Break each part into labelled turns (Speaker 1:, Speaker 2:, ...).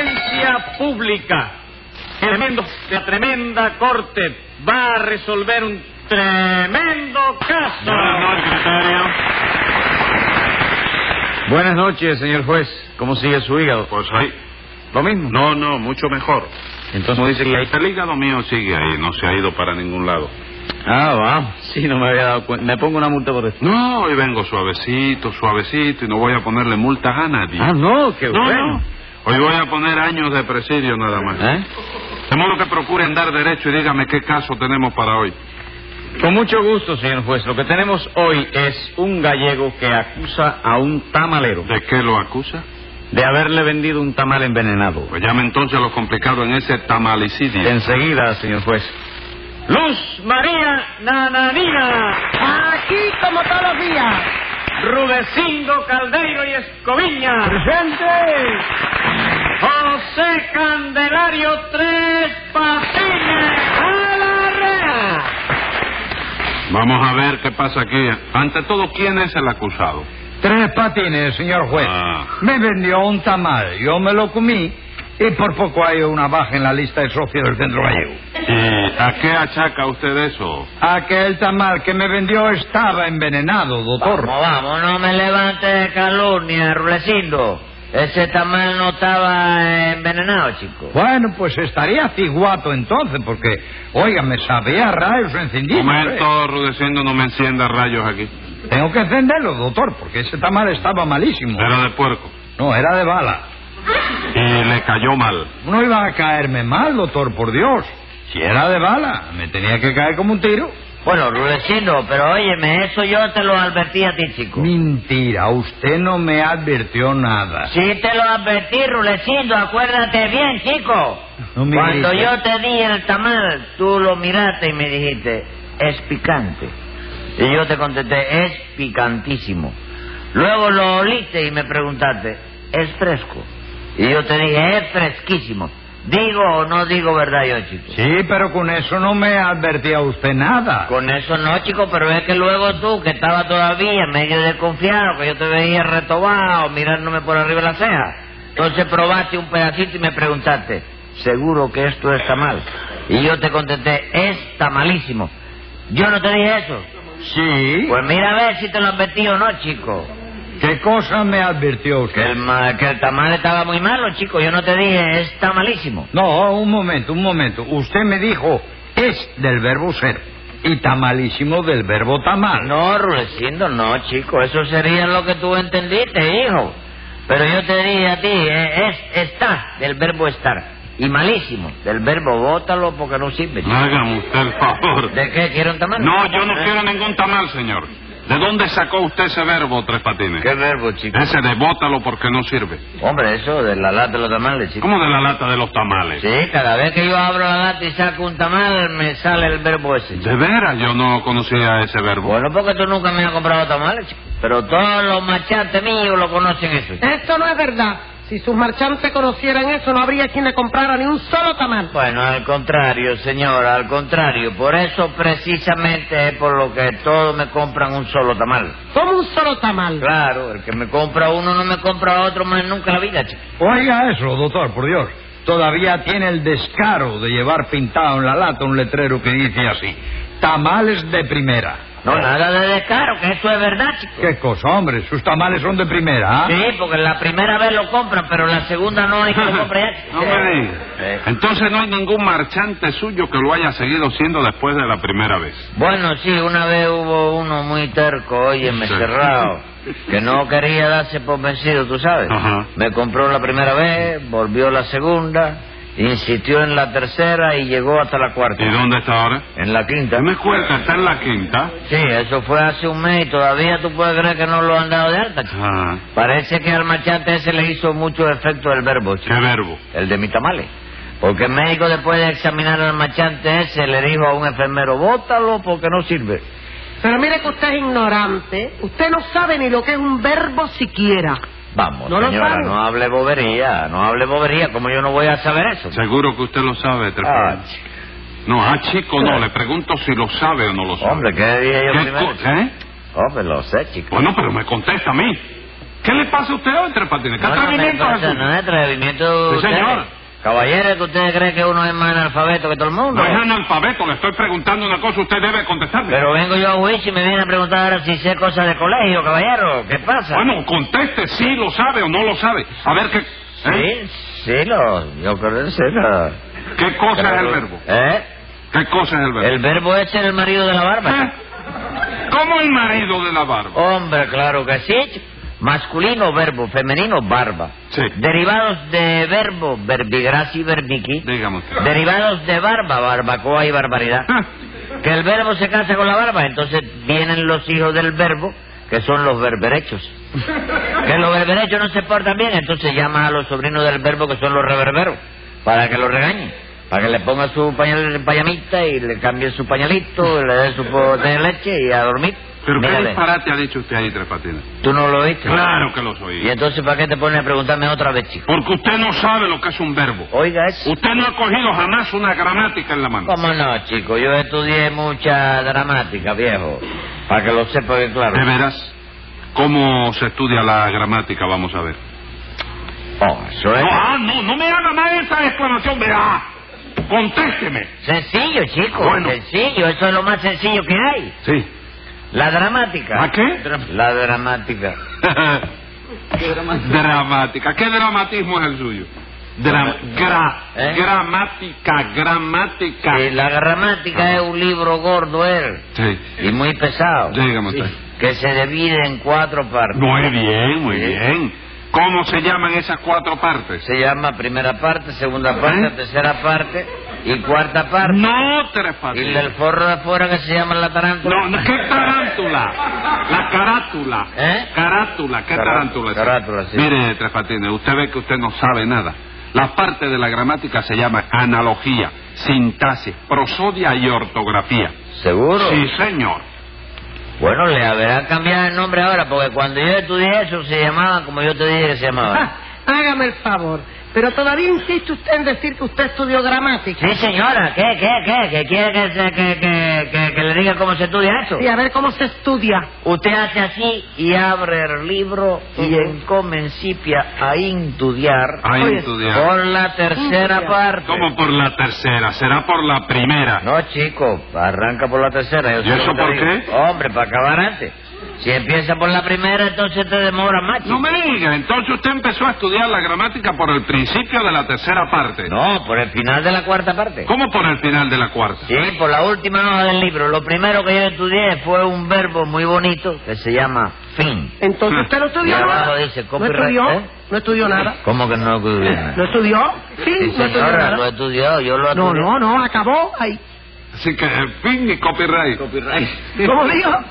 Speaker 1: seguridad pública. Tremendo, la tremenda corte va a resolver un tremendo caso.
Speaker 2: Buenas noches, secretario.
Speaker 3: Buenas noches, señor juez. ¿Cómo sigue su hígado?
Speaker 2: Pues ahí.
Speaker 3: ¿Lo mismo?
Speaker 2: No, no, mucho mejor.
Speaker 3: Entonces ¿cómo dice que ahí-
Speaker 2: El hígado mío sigue ahí, no se ha ido para ningún lado.
Speaker 3: Ah, vamos. Sí, no me había dado cuenta. Me pongo una multa por esto.
Speaker 2: No, hoy vengo suavecito, suavecito y no voy a ponerle multas a nadie.
Speaker 3: Ah, no, qué
Speaker 2: no,
Speaker 3: bueno.
Speaker 2: no. Hoy voy a poner años de presidio nada más.
Speaker 3: ¿Eh?
Speaker 2: De modo que procuren dar derecho y dígame qué caso tenemos para hoy.
Speaker 3: Con mucho gusto, señor juez. Lo que tenemos hoy es un gallego que acusa a un tamalero
Speaker 2: ¿De qué lo acusa?
Speaker 3: de haberle vendido un tamal envenenado.
Speaker 2: Pues llame entonces a lo complicado en ese tamalicidio.
Speaker 3: Enseguida, señor juez.
Speaker 1: Luz María Nananina,
Speaker 4: Aquí como todos los días.
Speaker 1: Rudecindo Caldeiro y Escoviña,
Speaker 4: Presente.
Speaker 1: José Candelario Tres Patines a la rea.
Speaker 2: Vamos a ver qué pasa aquí. Ante todo, ¿quién es el acusado?
Speaker 5: Tres patines, señor juez.
Speaker 2: Ah.
Speaker 5: Me vendió un tamal, yo me lo comí y por poco hay una baja en la lista de socios del centro gallego.
Speaker 2: ¿Y Eh, a qué achaca usted eso?
Speaker 5: Aquel tamal que me vendió estaba envenenado, doctor.
Speaker 6: Vamos, vamos, no me levante de calumnia, Rulecindo. Ese tamal no estaba envenenado, chico.
Speaker 5: Bueno, pues estaría ciguato entonces, porque, oiga, me sabía rayos encendidos. eh.
Speaker 2: Momento, Rudecindo, no me encienda rayos aquí.
Speaker 5: Tengo que encenderlo, doctor, porque ese tamal estaba malísimo.
Speaker 2: Era de puerco.
Speaker 5: No, era de bala.
Speaker 2: Y le cayó mal.
Speaker 5: No iba a caerme mal, doctor, por Dios. Si era de bala, me tenía que caer como un tiro.
Speaker 6: Bueno, Rulecindo, pero óyeme, eso yo te lo advertí a ti, chico.
Speaker 5: Mentira, usted no me advirtió nada.
Speaker 6: Sí te lo advertí, Rulecindo, acuérdate bien, chico.
Speaker 5: No me
Speaker 6: Cuando
Speaker 5: grites.
Speaker 6: yo te di el tamal, tú lo miraste y me dijiste, es picante. Y yo te contesté, es picantísimo. Luego lo oliste y me preguntaste, es fresco. Y yo te dije, es fresquísimo. ¿Digo o no digo verdad yo, chico?
Speaker 5: Sí, pero con eso no me advertía usted nada.
Speaker 6: Con eso no, chico, pero es que luego tú, que estaba todavía medio desconfiado, que yo te veía retobado, mirándome por arriba de la ceja. Entonces probaste un pedacito y me preguntaste, ¿seguro que esto está mal? Y yo te contesté, está malísimo. Yo no te dije eso.
Speaker 5: Sí.
Speaker 6: Pues mira a ver si te lo advertí o no, chico.
Speaker 5: ¿Qué cosa me advirtió
Speaker 6: Que
Speaker 5: usted?
Speaker 6: el, ma- que el tamal estaba muy malo, chico. Yo no te dije, está malísimo.
Speaker 5: No, un momento, un momento. Usted me dijo es del verbo ser y tamalísimo del verbo tamal.
Speaker 6: No, Rudecindo, no, chico. Eso sería lo que tú entendiste, hijo. Pero yo te dije a ti, eh, es está, del verbo estar. Y malísimo, del verbo bótalo porque no sirve. chico.
Speaker 2: Hágame usted el favor.
Speaker 6: ¿De qué? ¿Quiero un tamal?
Speaker 2: No, yo no
Speaker 6: ¿Eh?
Speaker 2: quiero ningún tamal, señor. ¿De dónde sacó usted ese verbo, Tres Patines?
Speaker 6: ¿Qué verbo, chico?
Speaker 2: Ese de bótalo porque no sirve.
Speaker 6: Hombre, eso de la lata de los tamales, chico.
Speaker 2: ¿Cómo de la lata de los tamales?
Speaker 6: Sí, cada vez que yo abro la lata y saco un tamal, me sale el verbo ese. chico.
Speaker 2: De veras, yo no conocía ese verbo.
Speaker 6: Bueno, porque tú nunca me has comprado tamales, chico. Pero todos los machates míos lo conocen eso. chico.
Speaker 4: Esto no es verdad. Si sus marchantes conocieran eso, no habría quien le comprara ni un solo tamal.
Speaker 6: Bueno, al contrario, señora, al contrario. Por eso precisamente es por lo que todos me compran un solo tamal.
Speaker 4: Como un solo tamal.
Speaker 6: Claro, el que me compra uno no me compra otro más nunca en la vida, chico.
Speaker 5: Oiga eso, doctor, por Dios. Todavía tiene el descaro de llevar pintado en la lata un letrero que dice así. Tamales de primera.
Speaker 6: No, nada de descaro, que eso es verdad, chico.
Speaker 5: ¿Qué cosa, hombre? Sus tamales son de primera, ¿ah?
Speaker 6: Sí, porque la primera vez lo compran, pero la segunda no hay que lo compre ya. chico.
Speaker 2: No me diga.
Speaker 6: Eh,
Speaker 2: Entonces no hay ningún marchante suyo que lo haya seguido siendo después de la primera vez.
Speaker 6: Bueno, sí, una vez hubo uno muy terco, óyeme,
Speaker 2: Sí.
Speaker 6: cerrado, que no quería darse por vencido, tú sabes.
Speaker 2: Ajá.
Speaker 6: Me compró la primera vez, volvió la segunda, insistió en la tercera y llegó hasta la cuarta.
Speaker 2: ¿Y dónde está ahora?
Speaker 6: En la quinta.
Speaker 2: Dame
Speaker 6: Eh.
Speaker 2: cuenta, está en la quinta.
Speaker 6: Sí, eso fue hace un mes y todavía tú puedes creer que no lo han dado de alta. chico.
Speaker 2: Ah,
Speaker 6: Parece que al machante ese le hizo mucho efecto el verbo, chico,
Speaker 2: ¿Qué verbo?
Speaker 6: el de mi tamales. Porque el médico después de examinar al machante ese le dijo a un enfermero, bótalo porque no sirve.
Speaker 4: Pero mire que usted es ignorante. Usted no sabe ni lo que es un verbo siquiera.
Speaker 6: Vamos,
Speaker 4: No lo
Speaker 6: señora,
Speaker 4: sabe.
Speaker 6: no hable bobería, no hable bobería, como yo no voy a saber eso.
Speaker 2: Seguro que usted lo sabe, Tres
Speaker 6: Ah,
Speaker 2: Patines. No, ah, chico, no. Le pregunto si lo sabe o no lo sabe.
Speaker 6: Hombre, ¿qué dije yo
Speaker 2: ¿Qué
Speaker 6: primero?
Speaker 2: cosa, Pues eh?
Speaker 6: Hombre, lo sé, chico.
Speaker 2: Bueno, pero me contesta a mí. ¿Qué le pasa a usted hoy, Tres Patines? ¿Qué
Speaker 6: no, no me
Speaker 2: pues, atrevimiento es
Speaker 6: pasa
Speaker 2: el suyo?
Speaker 6: nada, atrevimiento de
Speaker 2: Sí,
Speaker 6: ustedes.
Speaker 2: señor.
Speaker 6: Caballero, ¿es que ustedes creen que uno es más analfabeto que todo el mundo?
Speaker 2: No es analfabeto, le estoy preguntando una cosa, usted debe contestarme.
Speaker 6: Pero vengo yo a juicio y me vienen a preguntar ahora si sé cosas de colegio, caballero. ¿Qué pasa?
Speaker 2: Bueno, conteste si lo sabe o no lo sabe. A ver qué... ¿eh?
Speaker 6: Sí, sí, lo... Yo creo que sí, lo...
Speaker 2: ¿Qué cosa es el verbo?
Speaker 6: ¿Eh?
Speaker 2: ¿Qué cosa es el verbo?
Speaker 6: El verbo es ser el marido de la barba.
Speaker 2: ¿Eh? ¿Cómo el marido de la barba?
Speaker 6: Hombre, claro que sí. chico. Masculino, verbo. Femenino, barba.
Speaker 2: Sí.
Speaker 6: Derivados de verbo, verbigracia y verbiqui.
Speaker 2: Dígame usted.
Speaker 6: Derivados de barba, barbacoa y barbaridad.
Speaker 2: Ah.
Speaker 6: Que el verbo se casa con la barba, entonces vienen los hijos del verbo, que son los berberechos. Que los berberechos no se portan bien, entonces llama a los sobrinos del verbo, que son los reverberos, para que lo regañen. Para que le ponga su pañal, payamita y le cambie su pañalito, le dé su pote de leche y a dormir.
Speaker 2: ¿Pero qué
Speaker 6: Mírale,
Speaker 2: disparate ha dicho usted ahí, Tres Patines?
Speaker 6: ¿Tú no lo oíste?
Speaker 2: Claro que los
Speaker 6: ¿Y
Speaker 2: oí.
Speaker 6: entonces para qué te pones a preguntarme otra vez, chico?
Speaker 2: Porque usted no sabe lo que es un verbo.
Speaker 6: Oiga eso.
Speaker 2: Usted no ha cogido jamás una gramática en la mano.
Speaker 6: ¿Cómo no, chico? Yo estudié mucha dramática, viejo. Para que lo sepa bien claro.
Speaker 2: De veras, ¿cómo se estudia la gramática? Vamos a ver.
Speaker 6: Oh, eso es.
Speaker 2: No, ah, no, no me haga más esa exclamación, verá. Contésteme.
Speaker 6: Sencillo, chico.
Speaker 2: Bueno.
Speaker 6: Sencillo. Eso es lo más sencillo que hay.
Speaker 2: Sí.
Speaker 6: La dramática.
Speaker 2: ¿A qué?
Speaker 6: La dramática.
Speaker 2: dramática. ¿Qué dramatismo es el suyo? Dra- gra-
Speaker 6: ¿Eh?
Speaker 2: Gramática, gramática.
Speaker 6: Sí, Eh, la gramática es un libro gordo, él.
Speaker 2: Sí.
Speaker 6: Y muy pesado.
Speaker 2: Dígame usted.
Speaker 6: Que se divide en cuatro partes.
Speaker 2: Muy bien, muy
Speaker 6: Sí.
Speaker 2: bien. ¿Cómo se llaman esas cuatro partes?
Speaker 6: Se llama primera parte, segunda parte,
Speaker 2: ¿Eh?
Speaker 6: tercera parte y cuarta parte.
Speaker 2: No, tres
Speaker 6: Y el
Speaker 2: patines.
Speaker 6: del forro de afuera que se llama la tarántula.
Speaker 2: No, no, ¿qué tarántula? La carátula.
Speaker 6: ¿Eh?
Speaker 2: Carátula, ¿qué
Speaker 6: Cará-
Speaker 2: tarántula? es?
Speaker 6: carátula, sí.
Speaker 2: Mire, Tres Patines, usted ve que usted no sabe nada. La parte de la gramática se llama analogía, sintaxis, prosodia y ortografía.
Speaker 6: ¿Seguro?
Speaker 2: Sí, señor.
Speaker 6: Bueno, le habrá cambiado el nombre ahora, porque cuando yo estudié eso se llamaba como yo te dije que se llamaba.
Speaker 4: Ah, hágame el favor. Pero todavía insiste usted en decir que usted estudió gramática.
Speaker 6: Sí, señora, ¿qué, qué, qué? ¿Que quiere que, se- que, que, que- que le diga cómo se estudia eso?
Speaker 4: Y a ver cómo se estudia.
Speaker 6: Usted hace así y abre el libro y en comencipia a estudiar
Speaker 2: Ahí
Speaker 4: Oye,
Speaker 2: estudiar.
Speaker 6: por la tercera
Speaker 4: Estudiar.
Speaker 6: parte.
Speaker 2: ¿Cómo por la tercera? ¿Será por la primera?
Speaker 6: No, chico, arranca por la tercera. yo
Speaker 2: ¿Y
Speaker 6: sé lo
Speaker 2: eso
Speaker 6: que te
Speaker 2: por
Speaker 6: digo.
Speaker 2: qué?
Speaker 6: Hombre, para acabar antes. Si empieza por la primera, entonces te demora más, chico.
Speaker 2: No me diga, entonces usted empezó a estudiar la gramática por el principio de la tercera parte.
Speaker 6: No, por el final de la cuarta parte.
Speaker 2: ¿Cómo por el final de la cuarta?
Speaker 6: Sí, por la última hoja del libro. Lo primero que yo estudié fue un verbo muy bonito que se llama fin.
Speaker 4: Entonces usted no estudió
Speaker 6: Y abajo
Speaker 4: nada.
Speaker 6: dice
Speaker 4: no
Speaker 6: copyright,
Speaker 4: estudió,
Speaker 6: ¿eh?
Speaker 4: no estudió nada.
Speaker 6: ¿Cómo que no estudié nada?
Speaker 4: ¿No estudió? Sí,
Speaker 6: Sí,
Speaker 4: no estudió
Speaker 6: señora, lo
Speaker 4: nada.
Speaker 6: estudió, yo lo
Speaker 4: No,
Speaker 6: estudié.
Speaker 4: no, no, acabó ahí.
Speaker 2: Así que, eh, fin y copyright.
Speaker 4: ¿Cómo dijo? Copyright.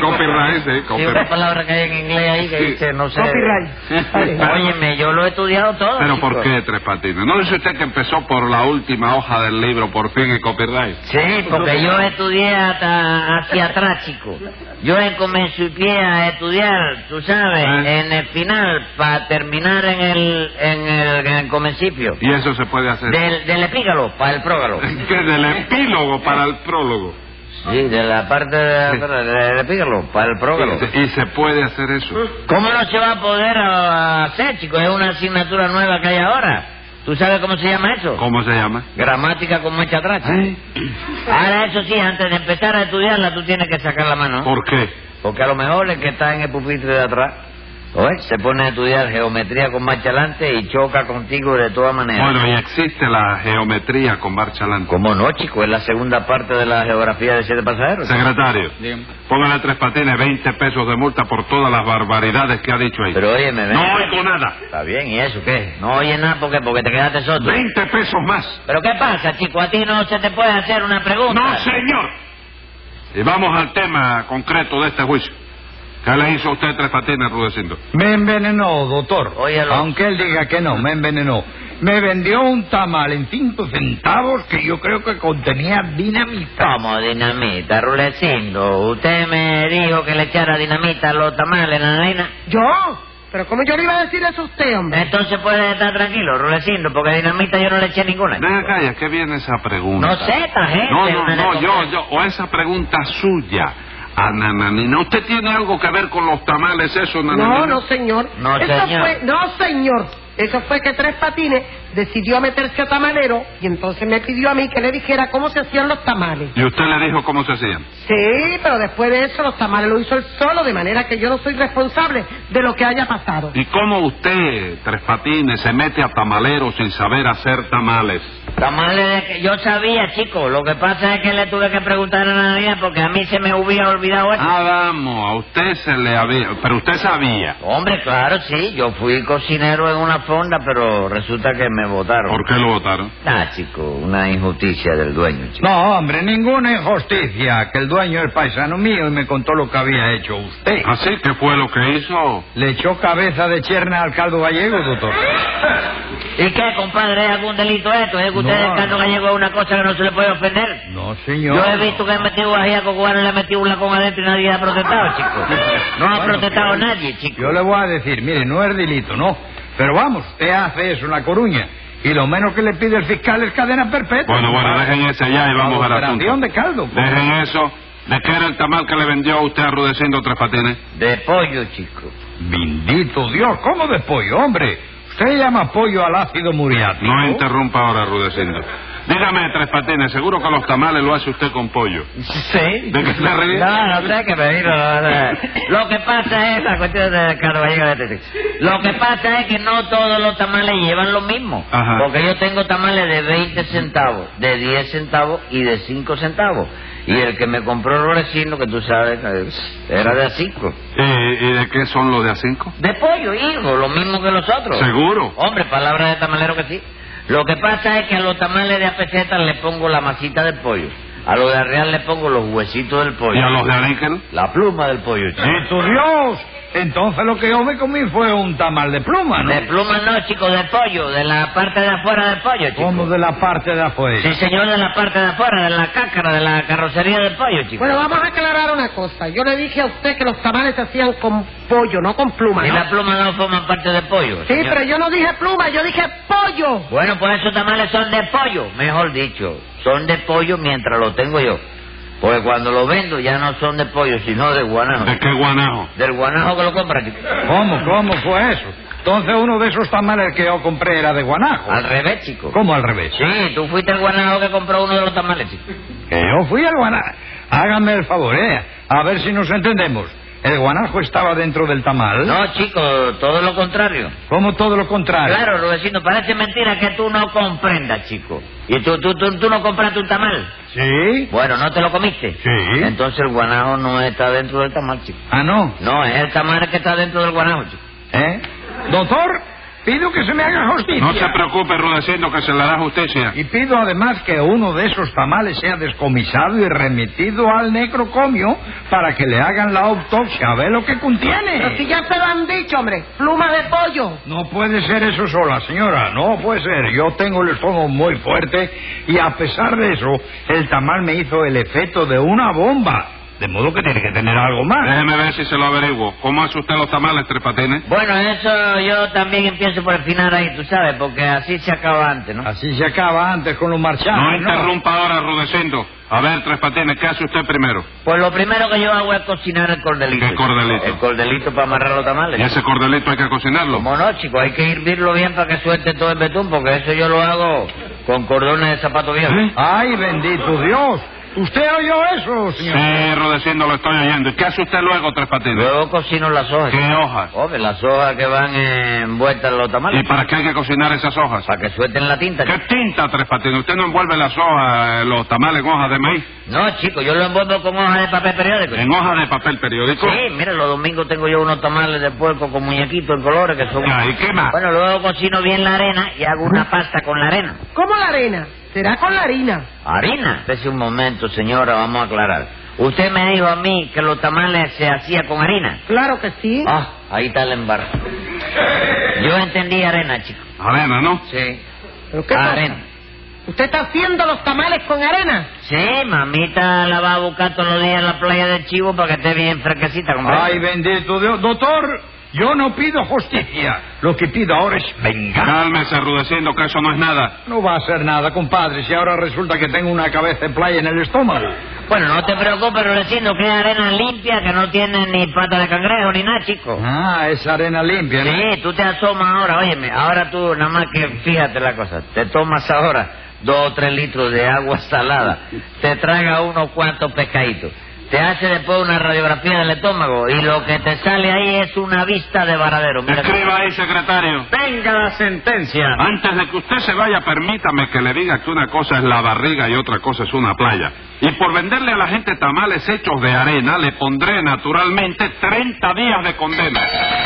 Speaker 2: Copyright, sí,
Speaker 6: Sí, una
Speaker 2: copyright.
Speaker 6: palabra que hay en inglés ahí que
Speaker 2: Sí.
Speaker 6: dice, no sé.
Speaker 4: Copyright. Vale.
Speaker 6: Óyeme, yo lo he estudiado todo.
Speaker 2: ¿Pero
Speaker 6: chico.
Speaker 2: por qué tres patines? ¿No dice usted que empezó por la última hoja del libro, por fin, y copyright?
Speaker 6: Sí, porque yo estudié hasta hacia atrás, chico. Yo comencé a estudiar, tú sabes,
Speaker 2: ¿Eh?
Speaker 6: en el final, para terminar en el, en el, en el comencipio.
Speaker 2: Y eso se puede hacer.
Speaker 6: Del, del epígalo, para el prógalo.
Speaker 2: Que del epílogo para el prólogo.
Speaker 6: Sí, de la parte de- de- del epígalo, para el prógalo.
Speaker 2: Y se puede hacer eso.
Speaker 6: ¿Cómo no se va a poder ah, hacer, chico? Es una asignatura nueva que hay ahora. ¿Tú sabes cómo se llama eso?
Speaker 2: ¿Cómo se llama? ¿Eh?
Speaker 6: Gramática con marcha atrás. chico. Ahora, eso sí, antes de empezar a estudiarla, tú tienes que sacar la mano.
Speaker 2: ¿Por qué?
Speaker 6: Porque a lo mejor el que está en el pupitre de atrás ¿oye? se pone a estudiar geometría con marcha adelante y choca contigo de todas maneras.
Speaker 2: Bueno, y existe la geometría con marcha adelante.
Speaker 6: ¿Cómo no, chico? Es la segunda parte de la geografía de siete pasajeros.
Speaker 2: Secretario, póngale a tres patines 20 pesos de multa por todas las barbaridades que ha dicho ahí.
Speaker 6: Pero óyeme, ven.
Speaker 2: No oigo nada.
Speaker 6: Está bien, ¿y eso qué? No oye nada porque, porque te quedaste sordo.
Speaker 2: 20 pesos más.
Speaker 6: ¿Pero qué pasa, chico? A ti no se te puede hacer una pregunta.
Speaker 2: No, señor. Y vamos al tema concreto de este juicio. ¿Qué le hizo a usted tres patines, Rudecindo?
Speaker 5: Me envenenó, doctor.
Speaker 6: Óyalo.
Speaker 5: Aunque él diga que no, me envenenó. Me vendió un tamal en cinco centavos que yo creo que contenía dinamita.
Speaker 6: ¿Cómo dinamita, Rulecindo? Usted me dijo que le echara dinamita a los tamales, la nena.
Speaker 4: ¿Yo? ¿Pero cómo yo le iba a decir eso a usted, hombre?
Speaker 6: Entonces puede estar tranquilo, Rulecindo, porque dinamita yo no le eché ninguna.
Speaker 2: Venga, calla, ¿qué viene esa pregunta?
Speaker 6: No sé, esta gente,
Speaker 2: No, no,
Speaker 6: una
Speaker 2: no,
Speaker 6: de-
Speaker 2: yo, yo, o esa pregunta suya. Ah, A Nananina, ¿usted tiene algo que ver con los tamales eso, Nananina?
Speaker 4: No, no, señor.
Speaker 6: No,
Speaker 4: Eso
Speaker 6: señor.
Speaker 4: fue- No, señor. Eso fue que Tres Patines decidió meterse a tamalero y entonces me pidió a mí que le dijera cómo se hacían los tamales.
Speaker 2: ¿Y usted le dijo cómo se hacían?
Speaker 4: Sí, pero después de eso los tamales lo hizo él solo, de manera que yo no soy responsable de lo que haya pasado.
Speaker 2: ¿Y cómo usted, Tres Patines, se mete a tamalero sin saber hacer tamales?
Speaker 6: Tamales de que yo sabía, chico. Lo que pasa es que le tuve que preguntar a Navidad porque a mí se me hubiera olvidado eso.
Speaker 2: Ah, vamos, a usted se le había... Pero usted sabía.
Speaker 6: Hombre, claro, sí. Yo fui cocinero en una fonda, pero resulta que me votaron.
Speaker 2: ¿Por qué lo votaron?
Speaker 6: Ah, chico, una injusticia del dueño, chico.
Speaker 5: No, hombre, ninguna injusticia, que el dueño es paisano mío y me contó lo que había hecho usted.
Speaker 2: ¿Así que Ah, fue lo que hizo?
Speaker 5: Le echó cabeza de cherna al caldo gallego, doctor.
Speaker 6: ¿Y qué, compadre? ¿Es algún delito esto? ¿Es que usted
Speaker 5: No,
Speaker 6: el
Speaker 5: no.
Speaker 6: caldo gallego es una cosa que no se le puede ofender?
Speaker 5: No,
Speaker 6: Yo,
Speaker 5: señor.
Speaker 6: he visto que han metido a con cubano y le han metido un lacón adentro y nadie ha protestado, chico. No ha
Speaker 5: Bueno,
Speaker 6: protestado
Speaker 5: pero-
Speaker 6: nadie, chico.
Speaker 5: Yo le voy a decir, mire, no es delito, no. Pero vamos, usted hace eso en La Coruña. Y lo menos que le pide el fiscal es cadena perpetua.
Speaker 2: Bueno, bueno, dejen ese ya y vamos al
Speaker 5: Operación
Speaker 2: asunto.
Speaker 5: de caldo.
Speaker 2: Dejen eso. ¿De qué era el tamal que le vendió a usted arrudeciendo Tres Patines?
Speaker 6: De pollo, chico.
Speaker 5: Bendito Dios, ¿cómo de pollo, hombre? Usted llama pollo al ácido muriático.
Speaker 2: No interrumpa ahora, Rudecindo. Dígame, Tres Patines, seguro que los tamales lo hace usted con pollo.
Speaker 6: Sí.
Speaker 2: ¿De qué se ríe?
Speaker 6: No, no sé qué me digo, no, no. Lo que pasa es, la cuestión de Carlos Vallejo, vete, sí. lo que pasa es que no todos los tamales llevan lo mismo.
Speaker 2: Ajá.
Speaker 6: Porque yo tengo tamales de 20 centavos, de 10 centavos y de 5 centavos. Y el que me compró Rorecino, que tú sabes, eh, era de 5.
Speaker 2: ¿Y, Eh, y de qué son los de a cinco?
Speaker 6: De pollo, hijo, lo mismo que los otros.
Speaker 2: ¿Seguro?
Speaker 6: Hombre, palabra de tamalero que sí. Lo que pasa es que a los tamales de apeseta le pongo la masita del pollo. A los de arreal le pongo los huesitos del pollo.
Speaker 2: ¿Y a los de aríquel?
Speaker 6: La pluma del pollo, chico.
Speaker 5: ¡Sí, tu Dios! Entonces lo que yo me comí fue un tamal de pluma, ¿no?
Speaker 6: De pluma no, chico, de pollo, de la parte de afuera del pollo, chico.
Speaker 5: Como de la parte de afuera.
Speaker 6: Sí, señor, de la parte de afuera, de la cácara, de la carrocería del pollo, chico.
Speaker 4: Bueno, vamos a aclarar una cosa. Yo le dije a usted que los tamales se hacían con pollo, no con pluma.
Speaker 6: y
Speaker 4: ¿no?
Speaker 6: la pluma no forma parte del pollo.
Speaker 4: Sí,
Speaker 6: señor.
Speaker 4: pero yo no dije pluma, yo dije pollo.
Speaker 6: Bueno, pues esos tamales son de pollo, mejor dicho. Son de pollo mientras los tengo yo. Porque cuando los vendo ya no son de pollo, sino de guanajo.
Speaker 2: ¿De qué guanajo?
Speaker 6: Del guanajo que lo compra, chico.
Speaker 5: ¿Cómo, cómo fue eso? Entonces uno de esos tamales que yo compré era de guanajo.
Speaker 6: Al revés, chico.
Speaker 5: ¿Cómo al revés?
Speaker 6: Sí, tú fuiste el guanajo que compró uno de los tamales, chico.
Speaker 5: Que yo fui al guanajo. Hágame el favor, ¿eh? A ver si nos entendemos. El guanajo estaba dentro del tamal.
Speaker 6: No, chico, todo lo contrario.
Speaker 5: Como todo lo contrario.
Speaker 6: Claro, Rudecindo, parece mentira que tú no comprendas, chico. ¿Y tú, tú, tú, tú no compraste un tamal?
Speaker 5: ¿Sí?
Speaker 6: Bueno, ¿no te lo comiste?
Speaker 5: Sí.
Speaker 6: Entonces el guanajo no está dentro del tamal, chico.
Speaker 5: Ah, no.
Speaker 6: No, es el tamal que está dentro del guanajo, chico.
Speaker 5: ¿Eh? Doctor, pido que se me haga justicia.
Speaker 2: No se preocupe, Rudecindo, que se le hará justicia.
Speaker 5: Y pido además que uno de esos tamales sea descomisado y remitido al necrocomio para que le hagan la autopsia a ver lo que
Speaker 4: Pero si
Speaker 5: contiene.
Speaker 4: ya se lo han dicho, hombre, pluma de pollo.
Speaker 5: No puede ser eso sola, señora. No puede ser. Yo tengo el estómago muy fuerte y a pesar de eso, el tamal me hizo el efecto de una bomba. De modo que tiene que tener algo más.
Speaker 4: Eh.
Speaker 2: Déjeme ver si se lo averiguo. ¿Cómo hace usted los tamales, Tres Patines?
Speaker 6: Bueno, eso yo también empiezo por el final ahí, tú sabes, porque así se acaba antes, ¿no?
Speaker 5: Así se acaba antes con los marchados.
Speaker 2: No interrumpa ahora, Rudecindo. A ver, Tres Patines, ¿qué hace usted primero?
Speaker 6: Pues lo primero que yo hago es cocinar el cordelito.
Speaker 2: ¿Qué cordelito?
Speaker 6: El cordelito para amarrar los tamales.
Speaker 2: ¿Y ese cordelito hay que cocinarlo?
Speaker 6: ¿eh? Como no, chico, hay que hervirlo bien para que suelte todo el betún, porque eso yo lo hago con cordones de zapato viejo.
Speaker 2: ¿Eh?
Speaker 5: Ay, bendito Dios. ¿Usted oyó eso,
Speaker 2: Sí,
Speaker 5: señor?
Speaker 2: Rudecindo, lo estoy oyendo. ¿Y qué hace usted luego, Tres Patines?
Speaker 6: Luego cocino las hojas.
Speaker 2: ¿Qué hojas?
Speaker 6: Hombre, las hojas que van eh, envueltas en los
Speaker 2: ¿Y
Speaker 6: tamales.
Speaker 2: para qué hay que cocinar esas hojas?
Speaker 6: Para que suelten la tinta.
Speaker 2: ¿Qué
Speaker 6: chico.
Speaker 2: tinta, Tres Patines? ¿Usted no envuelve las hojas, eh, los tamales en hojas de maíz?
Speaker 6: No, chico, yo lo envuelvo con hojas de papel periódico.
Speaker 2: ¿En hojas de papel periódico?
Speaker 6: Sí, mira, los domingos tengo yo unos tamales de puerco con muñequitos en colores que son...
Speaker 2: Ya, ¿Y qué más?
Speaker 6: Bueno, luego cocino bien la arena y hago una pasta con la arena.
Speaker 4: ¿Cómo la arena? Será con la harina.
Speaker 6: ¿Harina? Espérese un momento, señora, vamos a aclarar. Usted me dijo a mí que los tamales se hacía con harina.
Speaker 4: Claro que sí.
Speaker 6: Ah, ahí está el embarro. Yo entendí arena, chico.
Speaker 2: Arena, ¿no?
Speaker 6: Sí. Ah,
Speaker 4: ¿Pero qué pasa?
Speaker 6: Arena.
Speaker 4: ¿Usted está haciendo los tamales con arena?
Speaker 6: Sí, mamita la va a buscar todos los días en la playa de Chivo para que esté bien fresquecita, compadre.
Speaker 5: Ay, bendito Dios. Doctor, Yo no pido justicia. Lo que pido ahora es venganza.
Speaker 2: Cálmese, Rudecindo, que eso no es nada.
Speaker 5: No va a hacer nada, compadre, si ahora resulta que tengo una cabeza de playa en el estómago.
Speaker 6: Bueno, no te preocupes, Rudecindo, que es arena limpia que no tiene ni pata de cangrejo ni nada, chico.
Speaker 5: Ah, es arena limpia, ¿no?
Speaker 6: Sí, tú te asomas ahora, óyeme, ahora tú nada más que fíjate la cosa, te tomas ahora dos o tres litros de agua salada, te traga unos cuantos pescaditos, te hace después una radiografía del estómago y lo que te sale ahí es una vista de varadero. Mira que-
Speaker 2: Escriba ahí, secretario.
Speaker 1: Venga la sentencia.
Speaker 2: Antes de que usted se vaya, permítame que le diga que una cosa es la barriga y otra cosa es una playa. Y por venderle a la gente tamales hechos de arena, le pondré naturalmente 30 días de condena.